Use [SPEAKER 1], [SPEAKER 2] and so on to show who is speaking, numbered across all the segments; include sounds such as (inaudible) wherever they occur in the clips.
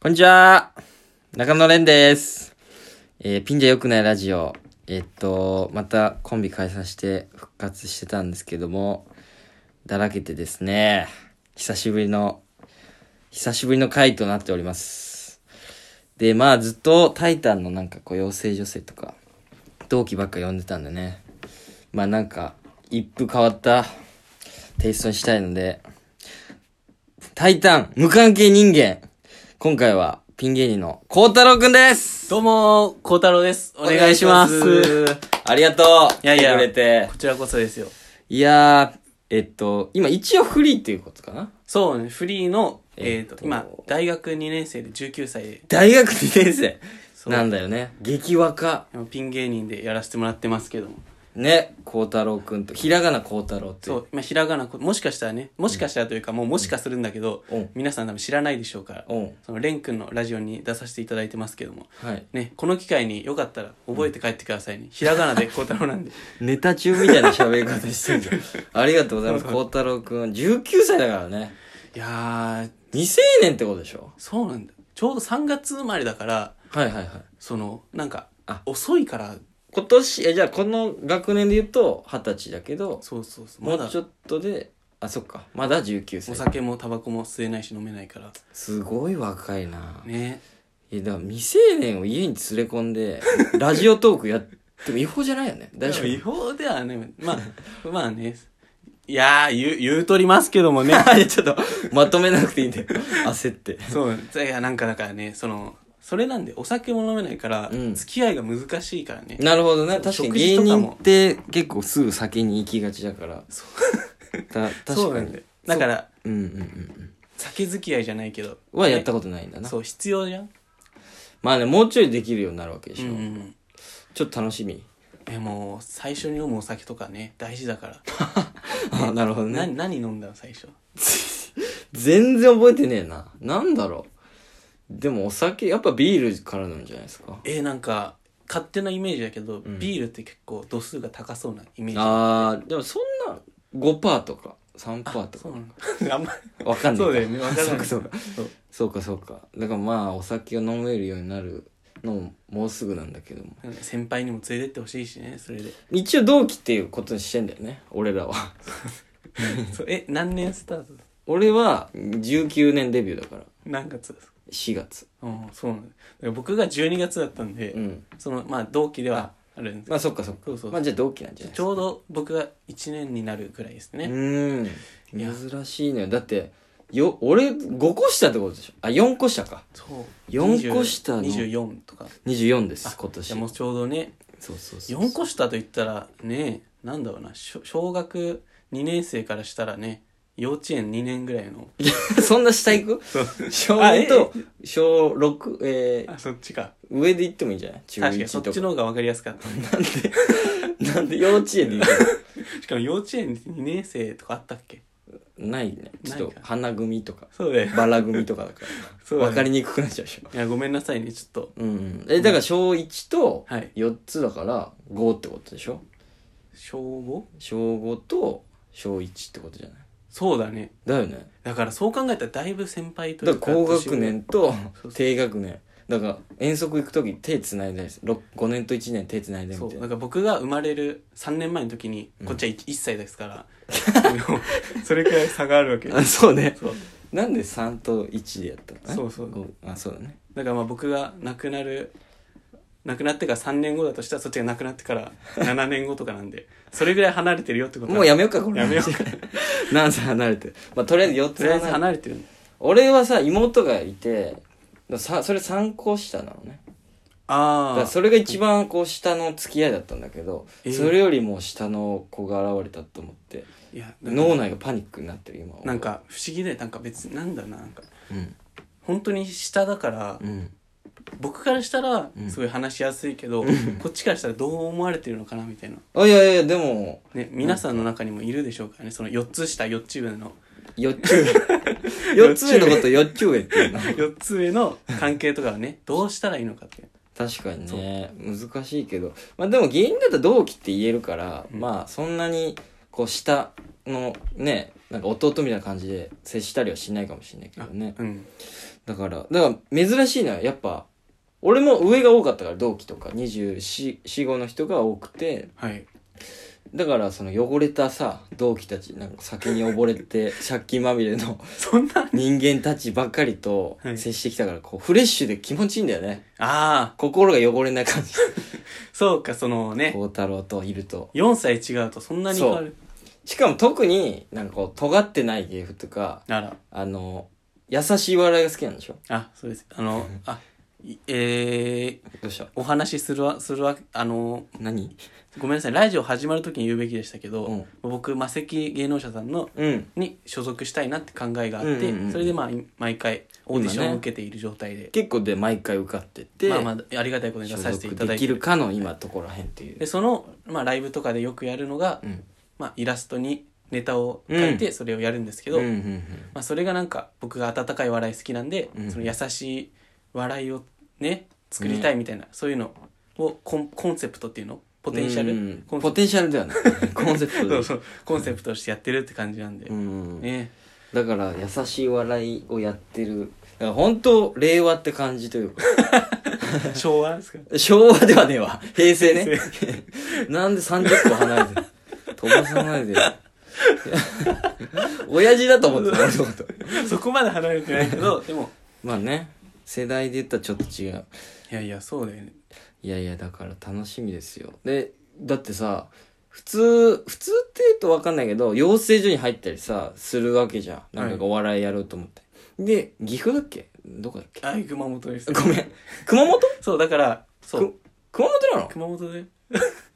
[SPEAKER 1] こんにちは中野蓮です。えーピンじゃ良くないラジオ。えっと、またコンビ解散して復活してたんですけども、だらけてですね、久しぶりの、久しぶりの回となっております。で、まあずっとタイタンのなんかこう養成女性とか、同期ばっか呼んでたんでね、まあなんか、一風変わったテイストにしたいので、タイタン無関係人間今回はピン芸人の孝太郎くんです
[SPEAKER 2] どうもー、孝太郎です。お
[SPEAKER 1] お
[SPEAKER 2] 願いします。
[SPEAKER 1] 願いしますありがとう
[SPEAKER 2] いやい
[SPEAKER 1] 来
[SPEAKER 2] や
[SPEAKER 1] てくれて
[SPEAKER 2] こ。ちらこそですよ。
[SPEAKER 1] いやー、えっと、今一応フリーっていうことかな
[SPEAKER 2] そうね、フリーの、えっ、
[SPEAKER 1] えー
[SPEAKER 2] と、
[SPEAKER 1] と
[SPEAKER 2] 今、大学2年生で19歳で、
[SPEAKER 1] 大学2年生
[SPEAKER 2] そう
[SPEAKER 1] なんだよね。激若。
[SPEAKER 2] 今ピン芸人でやらせてもらってますけども。
[SPEAKER 1] ね、孝太郎くんと、ひらがな孝太郎って。
[SPEAKER 2] そう、今、ひらがな、こもしかしたらね、もしかしたらというか、もうもしかするんだけど、
[SPEAKER 1] うん
[SPEAKER 2] 皆さん多分知らないでしょうから、
[SPEAKER 1] うん。
[SPEAKER 2] その、レン君のラジオに出させていただいてますけども、
[SPEAKER 1] はい。
[SPEAKER 2] ね、この機会によかったら覚えて帰ってくださいね。ひらがなで孝太郎なんで。
[SPEAKER 1] ネタ中みたいな喋り方してるじゃん。ありがとうございます。孝太郎くん。19歳だからね。
[SPEAKER 2] (laughs) いやー、
[SPEAKER 1] 未成年ってことでしょ
[SPEAKER 2] そうなんだ。ちょうど3月生まれだから、
[SPEAKER 1] はいはいはい。
[SPEAKER 2] その、なんか
[SPEAKER 1] あ、
[SPEAKER 2] 遅いから、
[SPEAKER 1] 今年、え、じゃあこの学年で言うと二十歳だけど、
[SPEAKER 2] そうそうそう。
[SPEAKER 1] も
[SPEAKER 2] ま
[SPEAKER 1] う
[SPEAKER 2] だ
[SPEAKER 1] ちょっとで、あ、そっか。まだ19
[SPEAKER 2] お
[SPEAKER 1] 歳。
[SPEAKER 2] 酒もタバコも吸えないし飲めないから。
[SPEAKER 1] すごい若いな。
[SPEAKER 2] ね。
[SPEAKER 1] え、だから未成年を家に連れ込ん
[SPEAKER 2] (laughs)
[SPEAKER 1] で、ラジオトークやっても違法じゃないよね。大丈夫。
[SPEAKER 2] 違法ではね、まあ、 (laughs) まあね。いやー、言う、言うとりますけどもね。
[SPEAKER 1] (laughs) ちょっと、まとめなくていいんだよ。 (laughs) 焦って。
[SPEAKER 2] そう。いや、なんかだからね、その、それなんで、お酒も飲めないから、
[SPEAKER 1] うん
[SPEAKER 2] 付き合いが難しいからね。
[SPEAKER 1] なるほどね。確かに
[SPEAKER 2] 食事
[SPEAKER 1] 芸
[SPEAKER 2] とかも
[SPEAKER 1] 人って結構すぐ先に行きがちだから。 (laughs) た確
[SPEAKER 2] そう
[SPEAKER 1] か
[SPEAKER 2] な
[SPEAKER 1] に。
[SPEAKER 2] んだよ。だから、
[SPEAKER 1] うんうんうん
[SPEAKER 2] 酒付き合いじゃないけど。
[SPEAKER 1] うん。はやったことないんだな。
[SPEAKER 2] そう、必要じゃん。
[SPEAKER 1] まあね、もうちょいできるようになるわけで
[SPEAKER 2] う
[SPEAKER 1] し
[SPEAKER 2] ん
[SPEAKER 1] ょ。
[SPEAKER 2] うん。
[SPEAKER 1] ちょっと楽しみ。
[SPEAKER 2] え、もう、最初に飲むお酒とかね、大事だから。
[SPEAKER 1] あ、なるほど
[SPEAKER 2] な、
[SPEAKER 1] ね。
[SPEAKER 2] 何飲んだの、最初。
[SPEAKER 1] 全然覚えてねえな。なんだろう。でもお酒、やっぱビールからなんじゃないですか。
[SPEAKER 2] え、なんか、勝手なイメージだけど、
[SPEAKER 1] ん
[SPEAKER 2] ビールって結構度数が高そうなイメージ。
[SPEAKER 1] あー、でもそんな5%とか3%と
[SPEAKER 2] そ
[SPEAKER 1] か
[SPEAKER 2] うなのあんま
[SPEAKER 1] わかんないか。
[SPEAKER 2] そうだよねわから
[SPEAKER 1] そ
[SPEAKER 2] ない
[SPEAKER 1] うかそうか。
[SPEAKER 2] そう
[SPEAKER 1] そうかそうか。だからまあお酒を飲めるようになるのももうすぐなんだけども。
[SPEAKER 2] 先輩にも連れてってほしいしねそれで
[SPEAKER 1] 一応同期っていうことにしてんだよね。俺らは。 (laughs)
[SPEAKER 2] そうえ何年スタート
[SPEAKER 1] 俺は19年デビューだから。
[SPEAKER 2] 何月ですか
[SPEAKER 1] 4月。
[SPEAKER 2] うんそうなんだだから僕が12月だったんで、
[SPEAKER 1] うん。
[SPEAKER 2] そのまあ同期ではあるんですけど
[SPEAKER 1] まあそっかそっか。
[SPEAKER 2] そうそう
[SPEAKER 1] まあじゃあ同期なんじゃない
[SPEAKER 2] ちょうど僕が1年になるくらいですね、
[SPEAKER 1] う
[SPEAKER 2] いや
[SPEAKER 1] ーん珍しいのよだってよ俺5個下ってことでしょあ4個下か
[SPEAKER 2] そう
[SPEAKER 1] 四
[SPEAKER 2] 20
[SPEAKER 1] 個下の
[SPEAKER 2] 24とか
[SPEAKER 1] 24です今
[SPEAKER 2] じ
[SPEAKER 1] 年
[SPEAKER 2] ゃあもうちょうどね
[SPEAKER 1] そうそうそう
[SPEAKER 2] 4個下と言ったらねなんだろうな小小学2年生からしたらね幼稚園2年ぐら
[SPEAKER 1] (laughs)
[SPEAKER 2] いの
[SPEAKER 1] (laughs) そんな下行く小
[SPEAKER 2] あえ
[SPEAKER 1] 2と小6えー
[SPEAKER 2] あそっちか
[SPEAKER 1] 上で行ってもいいんじゃない中
[SPEAKER 2] 確かにそ
[SPEAKER 1] 1
[SPEAKER 2] っち
[SPEAKER 1] とか
[SPEAKER 2] の方が分かりやすかっ
[SPEAKER 1] (laughs)
[SPEAKER 2] た
[SPEAKER 1] なんで幼稚園で行く
[SPEAKER 2] しかも幼稚園2年生とかあったっけ
[SPEAKER 1] のないねちょっ
[SPEAKER 2] ない
[SPEAKER 1] と
[SPEAKER 2] か
[SPEAKER 1] 花組とか
[SPEAKER 2] そうだよ。
[SPEAKER 1] バラ組とかだか
[SPEAKER 2] そ
[SPEAKER 1] ら
[SPEAKER 2] うだね
[SPEAKER 1] 分かりにくくなっちゃうでしょ
[SPEAKER 2] いや、ごめんなさいね、ちょっと。
[SPEAKER 1] うんうんえだから小1と
[SPEAKER 2] はい
[SPEAKER 1] 4つだから5ってことでしょ
[SPEAKER 2] 小 5?
[SPEAKER 1] 小5と小1ってことじゃない
[SPEAKER 2] そうだね。
[SPEAKER 1] だよね
[SPEAKER 2] だからそう考えたらだいぶ先輩とい
[SPEAKER 1] だ
[SPEAKER 2] う
[SPEAKER 1] か
[SPEAKER 2] か。
[SPEAKER 1] ら高学
[SPEAKER 2] 年上。
[SPEAKER 1] 年と
[SPEAKER 2] そう
[SPEAKER 1] 低学年だから遠足行く時手つないだり5年と1年手つないだり
[SPEAKER 2] そ
[SPEAKER 1] み
[SPEAKER 2] う。
[SPEAKER 1] た
[SPEAKER 2] だ
[SPEAKER 1] い
[SPEAKER 2] か
[SPEAKER 1] な
[SPEAKER 2] ら僕が生まれる3年前の時に
[SPEAKER 1] うん、
[SPEAKER 2] こっちは 1, 歳ですから。 (laughs) それくらい差があるわけ。
[SPEAKER 1] あそうね
[SPEAKER 2] そう。
[SPEAKER 1] なんで3と1でやったのえ
[SPEAKER 2] そうそう
[SPEAKER 1] こあそうだね
[SPEAKER 2] だからまあ僕が亡くなる、亡くなってから3年後だとしたら、そっちが亡くなってから7年後とかなんで、それぐらい離れてるよってことは
[SPEAKER 1] もうやめようかこれ
[SPEAKER 2] やめよう
[SPEAKER 1] (laughs) 何歳離れてまあとりあえず4
[SPEAKER 2] と
[SPEAKER 1] つ
[SPEAKER 2] りあえ
[SPEAKER 1] 離
[SPEAKER 2] ず
[SPEAKER 1] れ
[SPEAKER 2] 離れてる。
[SPEAKER 1] 俺はさ妹がいてさそれ3個下なのねだ
[SPEAKER 2] あ
[SPEAKER 1] から
[SPEAKER 2] あ。
[SPEAKER 1] それが一番こう下の付き合いだったんだけど、
[SPEAKER 2] えー
[SPEAKER 1] それよりも下の子が現れたと思って
[SPEAKER 2] いや、なんか
[SPEAKER 1] 脳内がパニックになってる今
[SPEAKER 2] なん、か不思議で、なんか別に、なんだろうな、なんか。
[SPEAKER 1] うん
[SPEAKER 2] 本当に下だから、
[SPEAKER 1] うん、
[SPEAKER 2] 僕からしたら
[SPEAKER 1] うん
[SPEAKER 2] すごい話しやすいけど、こっちからしたらどう思われてるのかなみたいな、
[SPEAKER 1] あいやいやでも
[SPEAKER 2] ね、皆さんの中にもいるでしょうからねその4つ下4つ上の
[SPEAKER 1] 四つ上
[SPEAKER 2] (laughs)
[SPEAKER 1] 四つ上のこと四つ上っていうな
[SPEAKER 2] 4つ上の関係とかはねどうしたらいいのかって
[SPEAKER 1] 確かにね難しいけどまあでも芸人だったら同期って言えるから、
[SPEAKER 2] うん
[SPEAKER 1] まあそんなにこう下のねなんか弟みたいな感じで接したりはしないかもしれないけどね
[SPEAKER 2] うん
[SPEAKER 1] だから、だから珍しいのよ。やっぱ、俺も上が多かったから、同期とか、24、5の人が多くて、
[SPEAKER 2] はい
[SPEAKER 1] だからその汚れたさ、同期たち、なんか酒に溺れ
[SPEAKER 2] (laughs)
[SPEAKER 1] て、借金まみれの
[SPEAKER 2] そんなあ
[SPEAKER 1] 人間たちばっかりと
[SPEAKER 2] はい
[SPEAKER 1] 接してきたから、こう、フレッシュで気持ちいいんだよね。
[SPEAKER 2] あ
[SPEAKER 1] 心が汚れない感じ。
[SPEAKER 2] (laughs) そうかそのね
[SPEAKER 1] 孝太郎といると。
[SPEAKER 2] 4歳違うとそんなに変わる
[SPEAKER 1] しかも特になんかこう、尖ってない芸風とか、
[SPEAKER 2] あら
[SPEAKER 1] あの、優しい笑いが好きなんでしょ
[SPEAKER 2] あそうですあのあいえー、
[SPEAKER 1] どうした
[SPEAKER 2] お話しするわするわあの
[SPEAKER 1] 何
[SPEAKER 2] ごめんなさいラジオ始まる時に言うべきでしたけど、
[SPEAKER 1] うん
[SPEAKER 2] 僕魔石芸能者さんの
[SPEAKER 1] うん。
[SPEAKER 2] に所属したいなって考えがあって、
[SPEAKER 1] うんうんうん
[SPEAKER 2] それでまあい毎回オーディションを受けている状態で、
[SPEAKER 1] 結構で毎回受かってて、
[SPEAKER 2] まあまあありがたいことに出
[SPEAKER 1] 所
[SPEAKER 2] させてい
[SPEAKER 1] 属
[SPEAKER 2] ただ
[SPEAKER 1] で
[SPEAKER 2] い
[SPEAKER 1] き
[SPEAKER 2] て
[SPEAKER 1] るかの今ところへんっていう。
[SPEAKER 2] でその、まあ、ライブとかでよくやるのが、
[SPEAKER 1] うん。
[SPEAKER 2] まあ、イラストにネタを書いてそれをやるんですけ
[SPEAKER 1] うん
[SPEAKER 2] ど、
[SPEAKER 1] うん
[SPEAKER 2] まあ、それがなんか僕が温かい笑い好きなんで、
[SPEAKER 1] うん
[SPEAKER 2] その優しい笑いをね作りたいみたいな、そういうのをコンコンセプトっていうのポ
[SPEAKER 1] うん。
[SPEAKER 2] テンシャル、
[SPEAKER 1] うん
[SPEAKER 2] コンセ
[SPEAKER 1] ポ
[SPEAKER 2] プト
[SPEAKER 1] テンシャルで
[SPEAKER 2] (laughs)
[SPEAKER 1] はない。コンセプト
[SPEAKER 2] そう
[SPEAKER 1] で。
[SPEAKER 2] そうコンセプトとしてやってるって感じなんで、
[SPEAKER 1] うん。
[SPEAKER 2] ね
[SPEAKER 1] だから優しい笑いをやってる。だから本当、令和って感じというか。
[SPEAKER 2] 昭和ですか
[SPEAKER 1] 昭和ではねえわ。平成ね。なんで30個離れてる飛ばさないでよ。 (laughs) 親父だと思ってた、俺のこと。
[SPEAKER 2] そこまで離れてないけどでも
[SPEAKER 1] まあね、世代で言ったらちょっと違う。
[SPEAKER 2] いやいやそうだよね
[SPEAKER 1] いやいや、だから楽しみですよ。で、だってさ、普通、普通って言うとわかんないけど、養成所に入ったりさ、するわけじゃん。なんかお笑いやろうと思って。で、岐阜だっけどこだっけ
[SPEAKER 2] あ熊本です
[SPEAKER 1] ごめん。熊本
[SPEAKER 2] そうだからそう
[SPEAKER 1] く熊本なの
[SPEAKER 2] 熊本で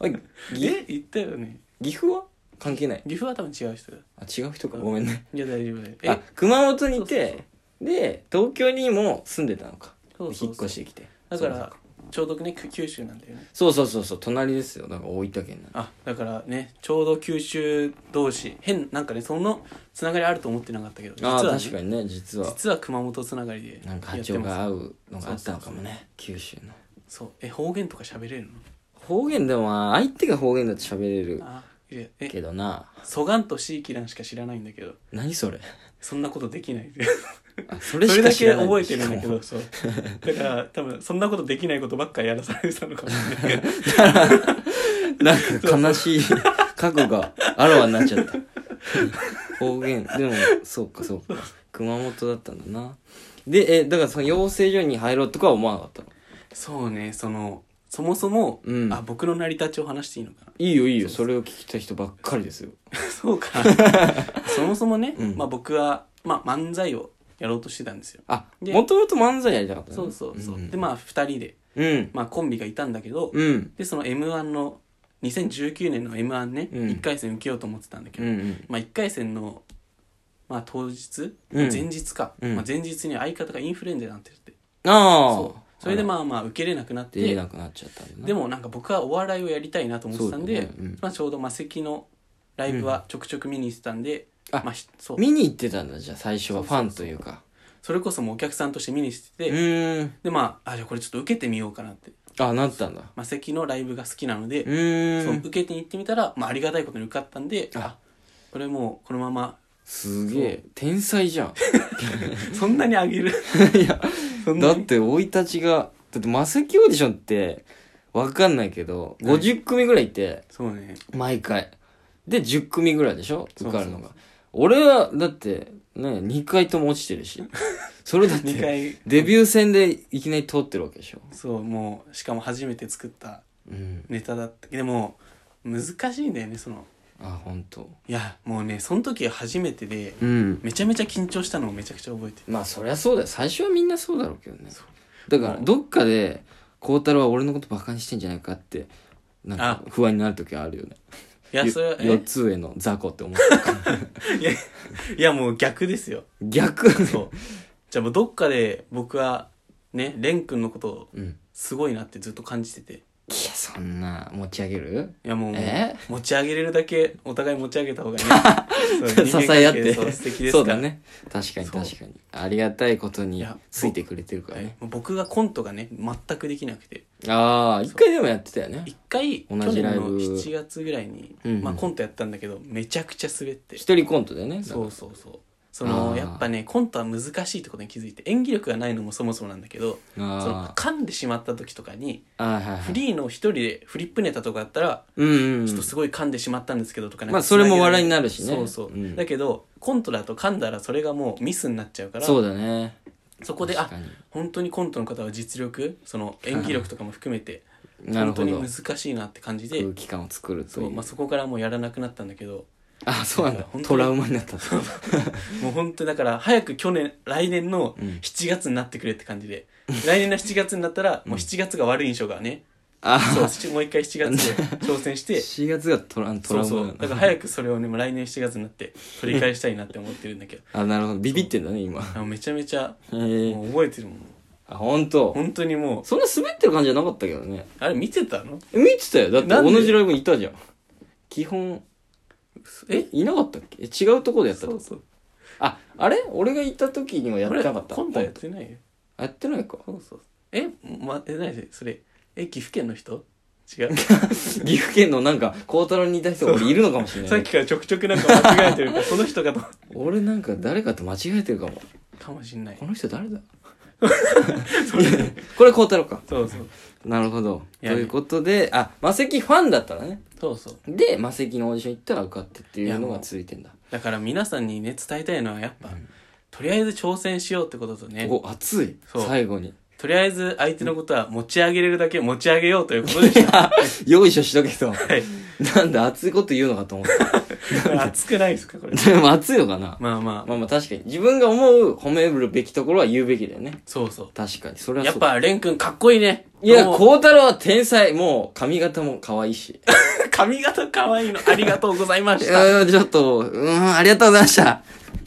[SPEAKER 1] あぎ
[SPEAKER 2] え言ったよね
[SPEAKER 1] 岐阜は関係ない。
[SPEAKER 2] 岐阜は多分違う人だ
[SPEAKER 1] あ、違う人か。ごめんね。
[SPEAKER 2] いや大丈夫だよ
[SPEAKER 1] あ
[SPEAKER 2] え、
[SPEAKER 1] 熊本にい
[SPEAKER 2] そう
[SPEAKER 1] て、で、東京にも住んでたのか。
[SPEAKER 2] そうそうそう
[SPEAKER 1] 引っ越してきて。
[SPEAKER 2] だか
[SPEAKER 1] そう
[SPEAKER 2] らちょうどねく九州なんだよね
[SPEAKER 1] そうそうそうそう、隣ですよ。だから大分県なの。
[SPEAKER 2] あだからねちょうど九州同士変なんかねそのつながりあると思ってなかったけど実
[SPEAKER 1] ああ
[SPEAKER 2] は、
[SPEAKER 1] ー、
[SPEAKER 2] ね、
[SPEAKER 1] 確かにね、実は。
[SPEAKER 2] 実は熊本つながりで
[SPEAKER 1] なんか波
[SPEAKER 2] やって
[SPEAKER 1] 長
[SPEAKER 2] ま
[SPEAKER 1] が
[SPEAKER 2] す
[SPEAKER 1] 合うのがあったのかもね九州の
[SPEAKER 2] そうえ方言とか喋れるの
[SPEAKER 1] 方言でもまあ相手が方言だと喋れる
[SPEAKER 2] あいやえ
[SPEAKER 1] けどな
[SPEAKER 2] ソガンとシーキランしか知らないんだけど
[SPEAKER 1] 何
[SPEAKER 2] (laughs)
[SPEAKER 1] それ
[SPEAKER 2] そんなことできない
[SPEAKER 1] あそ
[SPEAKER 2] そ
[SPEAKER 1] れ
[SPEAKER 2] れ
[SPEAKER 1] し
[SPEAKER 2] だ
[SPEAKER 1] か
[SPEAKER 2] け
[SPEAKER 1] 知らない
[SPEAKER 2] 覚えてるんだけ
[SPEAKER 1] し
[SPEAKER 2] どそうだから多分そんなことできないことばっかりやらされてたのかもしれないけど
[SPEAKER 1] かもなんか悲しい過去があらわになっちゃった方言でもそうかそうか熊本だったんだなでえだからその養成所に入ろうとかは思わなかったの
[SPEAKER 2] (laughs) そうねそのそもそも、
[SPEAKER 1] うん
[SPEAKER 2] あ僕の成り立ちを話していいのかない
[SPEAKER 1] いよいいよそれを聞きたい人ばっかりですよ
[SPEAKER 2] そ
[SPEAKER 1] (laughs)
[SPEAKER 2] うかそもそもね、
[SPEAKER 1] うん
[SPEAKER 2] まあ、僕は、まあ、漫才をやろうとしてたんですよ
[SPEAKER 1] あ
[SPEAKER 2] で
[SPEAKER 1] もともと漫才やりたかったの
[SPEAKER 2] そうそうそう、
[SPEAKER 1] ん
[SPEAKER 2] でまあ2人で、
[SPEAKER 1] うん
[SPEAKER 2] まあ、コンビがいたんだけど、
[SPEAKER 1] うん
[SPEAKER 2] でその m 1の2019年の m 1ね、
[SPEAKER 1] うん
[SPEAKER 2] 1回戦受けようと思ってたんだけ
[SPEAKER 1] う
[SPEAKER 2] ど、
[SPEAKER 1] ん
[SPEAKER 2] まあ、1回戦の、まあ、当日、
[SPEAKER 1] うん
[SPEAKER 2] 前日か、
[SPEAKER 1] うん
[SPEAKER 2] まあ、前日に相方がインフルエンザになってて
[SPEAKER 1] ああ
[SPEAKER 2] そうそれでまあまあ受けれなくなっ
[SPEAKER 1] 出れ
[SPEAKER 2] て
[SPEAKER 1] なくなっちゃったんだな
[SPEAKER 2] でもなんか僕はお笑いをやりたいなと思ってたん
[SPEAKER 1] そ
[SPEAKER 2] で、
[SPEAKER 1] うだねうん
[SPEAKER 2] まあ、ちょうど魔石のライブはちょくちょく見に行ってたんで、
[SPEAKER 1] あ
[SPEAKER 2] まあ、ひそう
[SPEAKER 1] 見に行ってたんだじゃあ最初はファンというか
[SPEAKER 2] それこそもうお客さんとして見に行って
[SPEAKER 1] う
[SPEAKER 2] て、
[SPEAKER 1] ーん
[SPEAKER 2] でまああじゃあこれちょっと受けてみようかなって
[SPEAKER 1] あなったんだ
[SPEAKER 2] 魔石のライブが好きなの
[SPEAKER 1] う
[SPEAKER 2] で、
[SPEAKER 1] ー
[SPEAKER 2] そう受
[SPEAKER 1] ん
[SPEAKER 2] けてに行ってみたら、まあ、ありがたいことに受かったんで
[SPEAKER 1] あ
[SPEAKER 2] これもうこのまます (laughs)
[SPEAKER 1] げえ天才じゃん
[SPEAKER 2] そんなにあげる
[SPEAKER 1] いや
[SPEAKER 2] そん
[SPEAKER 1] だ
[SPEAKER 2] な
[SPEAKER 1] っ
[SPEAKER 2] に
[SPEAKER 1] て生い立ちがだってマセキオーディションってわかんないけど
[SPEAKER 2] はい
[SPEAKER 1] 50組ぐらいいて
[SPEAKER 2] そうね
[SPEAKER 1] 毎回で10組ぐらいでしょ
[SPEAKER 2] そうそう
[SPEAKER 1] 受かるのが俺はだってね2回とも落ちてる
[SPEAKER 2] (laughs)
[SPEAKER 1] しそれだっ
[SPEAKER 2] 2
[SPEAKER 1] て
[SPEAKER 2] 回
[SPEAKER 1] デビュー戦でいきなり通ってるわけでしょ
[SPEAKER 2] そうもうしかも初めて作った
[SPEAKER 1] うん
[SPEAKER 2] ネタだったでも難しいんだよねその
[SPEAKER 1] あ本当
[SPEAKER 2] いやもうねその時初めてで
[SPEAKER 1] うん
[SPEAKER 2] めちゃめちゃ緊張したのをめちゃくちゃ覚えてる
[SPEAKER 1] まあそりゃそうだよ最初はみんなそうだろうけどね
[SPEAKER 2] そう
[SPEAKER 1] だからどっかで孝太郎は俺のことバカにしてんじゃないかってなんか不安になる時はあるよね
[SPEAKER 2] いやそれはえ
[SPEAKER 1] 四つ上の雑魚って思ってる
[SPEAKER 2] いやいやもう逆ですよ
[SPEAKER 1] 逆
[SPEAKER 2] そうじゃあもうどっかで僕はね蓮くんのことを
[SPEAKER 1] うん
[SPEAKER 2] すごいなってずっと感じててい
[SPEAKER 1] いやそんな持ち上げる
[SPEAKER 2] やもう
[SPEAKER 1] え
[SPEAKER 2] 持ち上げれるだけお互い持ち上げた方がね
[SPEAKER 1] (laughs) 支
[SPEAKER 2] そう人間関係
[SPEAKER 1] え合って
[SPEAKER 2] そう素敵ですから
[SPEAKER 1] そうだね確かに確かにありがたいこと
[SPEAKER 2] い
[SPEAKER 1] に
[SPEAKER 2] や
[SPEAKER 1] ついてくれてるから
[SPEAKER 2] はい
[SPEAKER 1] ね
[SPEAKER 2] もう僕がコントがね全くできなくて
[SPEAKER 1] ああ一回でもやってたよね
[SPEAKER 2] 一回去
[SPEAKER 1] 同じ
[SPEAKER 2] 年
[SPEAKER 1] ライブ
[SPEAKER 2] の7月ぐらいに、
[SPEAKER 1] うんうん
[SPEAKER 2] まあ、コントやったんだけどめちゃくちゃ滑って
[SPEAKER 1] 一人コントでね
[SPEAKER 2] そうそうそうその
[SPEAKER 1] あー
[SPEAKER 2] やっぱねコントは難しいってことに気づいて演技力がないのもそもそもなんだけどその
[SPEAKER 1] あ
[SPEAKER 2] 噛んでしまった時とかに
[SPEAKER 1] あはいはいは
[SPEAKER 2] フ
[SPEAKER 1] い
[SPEAKER 2] リーの一人でフリップネタとかだったら
[SPEAKER 1] うんうん
[SPEAKER 2] ちょっとすごい噛んでしまったんですけどとかなんか
[SPEAKER 1] まあそれも笑いになるしね
[SPEAKER 2] そうそう、
[SPEAKER 1] うん
[SPEAKER 2] だけどコントだと噛んだらそれがもうミスになっちゃうから
[SPEAKER 1] そうだね
[SPEAKER 2] そこであ
[SPEAKER 1] 確かに
[SPEAKER 2] 本当にコントの方は実力その演技力とかも含めて
[SPEAKER 1] なる
[SPEAKER 2] 本
[SPEAKER 1] ほ
[SPEAKER 2] 当に
[SPEAKER 1] ど
[SPEAKER 2] 難しいなって感じで
[SPEAKER 1] 空気感を作ると
[SPEAKER 2] そ、
[SPEAKER 1] いうう
[SPEAKER 2] まあ、そこからもうやらなくなったんだけど
[SPEAKER 1] あそうなん
[SPEAKER 2] い
[SPEAKER 1] だ
[SPEAKER 2] や本当に
[SPEAKER 1] トラウマになったと
[SPEAKER 2] もう本当にだから早く去年来年の
[SPEAKER 1] うん
[SPEAKER 2] 7月になってくれって感じで、来年の7月になったらもう7月が悪い印象がね、
[SPEAKER 1] あ
[SPEAKER 2] そう
[SPEAKER 1] あ
[SPEAKER 2] しもう一回7月で挑戦して
[SPEAKER 1] 4月がトラ (laughs) ト
[SPEAKER 2] そ
[SPEAKER 1] ラウ
[SPEAKER 2] う
[SPEAKER 1] マ
[SPEAKER 2] そう
[SPEAKER 1] なん
[SPEAKER 2] だから早くそれをねもう来年7月になって取り返したいなって思ってるんだけど
[SPEAKER 1] あなるほどビビってんだね今
[SPEAKER 2] あのめちゃめちゃ
[SPEAKER 1] へえ
[SPEAKER 2] もう覚えてるもん
[SPEAKER 1] あ本当
[SPEAKER 2] 本当にもう
[SPEAKER 1] そんな滑ってる感じじゃなかったけどね
[SPEAKER 2] あれ見てたの
[SPEAKER 1] え見てたよだって
[SPEAKER 2] なんで
[SPEAKER 1] 同じライブにいたじゃん基本
[SPEAKER 2] え
[SPEAKER 1] いなかったっけえ違うとこでやった
[SPEAKER 2] そ
[SPEAKER 1] の
[SPEAKER 2] うそう
[SPEAKER 1] ああれ俺が行った時にはやってなかった
[SPEAKER 2] 今度やってないよ
[SPEAKER 1] あやってないか (laughs)
[SPEAKER 2] そうそうえまえ何でそれえ岐阜県の人違う
[SPEAKER 1] 岐阜県のなんか孝太郎に似た人俺いるのかもしれ
[SPEAKER 2] さ
[SPEAKER 1] な
[SPEAKER 2] っ
[SPEAKER 1] い
[SPEAKER 2] きからちょくちょくなんか間違えてるから (laughs) その人かと
[SPEAKER 1] 俺なんか誰かと間違えてるかも
[SPEAKER 2] かもしんない
[SPEAKER 1] この人誰だ
[SPEAKER 2] (laughs) それ
[SPEAKER 1] (laughs) これ孝太郎か
[SPEAKER 2] そうそう
[SPEAKER 1] なるほど
[SPEAKER 2] い
[SPEAKER 1] と
[SPEAKER 2] や
[SPEAKER 1] いうことであマセキファンだったらね
[SPEAKER 2] そうそう
[SPEAKER 1] でマセキのオーディション行ったら受かってっていうのが続いてんだ
[SPEAKER 2] だから皆さんにね伝えたいのはやっぱ、とりあえず挑戦しようってこととね
[SPEAKER 1] ここ熱い
[SPEAKER 2] そう
[SPEAKER 1] 最後に (laughs)
[SPEAKER 2] とりあえず相手のことは持ち上げれるだけ持ち上げようということでしたは
[SPEAKER 1] よいしょしとけと
[SPEAKER 2] い
[SPEAKER 1] なんで熱いこと言うのかと思った
[SPEAKER 2] 熱くないですかこれ
[SPEAKER 1] でも熱いのかな
[SPEAKER 2] まあまあ
[SPEAKER 1] まあまあ確かに自分が思う褒めるべきところは言うべきだよね
[SPEAKER 2] そうそ
[SPEAKER 1] 確かにそれ
[SPEAKER 2] う
[SPEAKER 1] は
[SPEAKER 2] や
[SPEAKER 1] そう
[SPEAKER 2] っぱ蓮くんかっこいいね
[SPEAKER 1] いや、
[SPEAKER 2] どうも
[SPEAKER 1] 孝太郎は天才。もう、髪型も可愛いし。
[SPEAKER 2] 髪型かわいいのありがとうございま
[SPEAKER 1] い
[SPEAKER 2] した
[SPEAKER 1] や、ちょっと、うーん、ありがとうございました。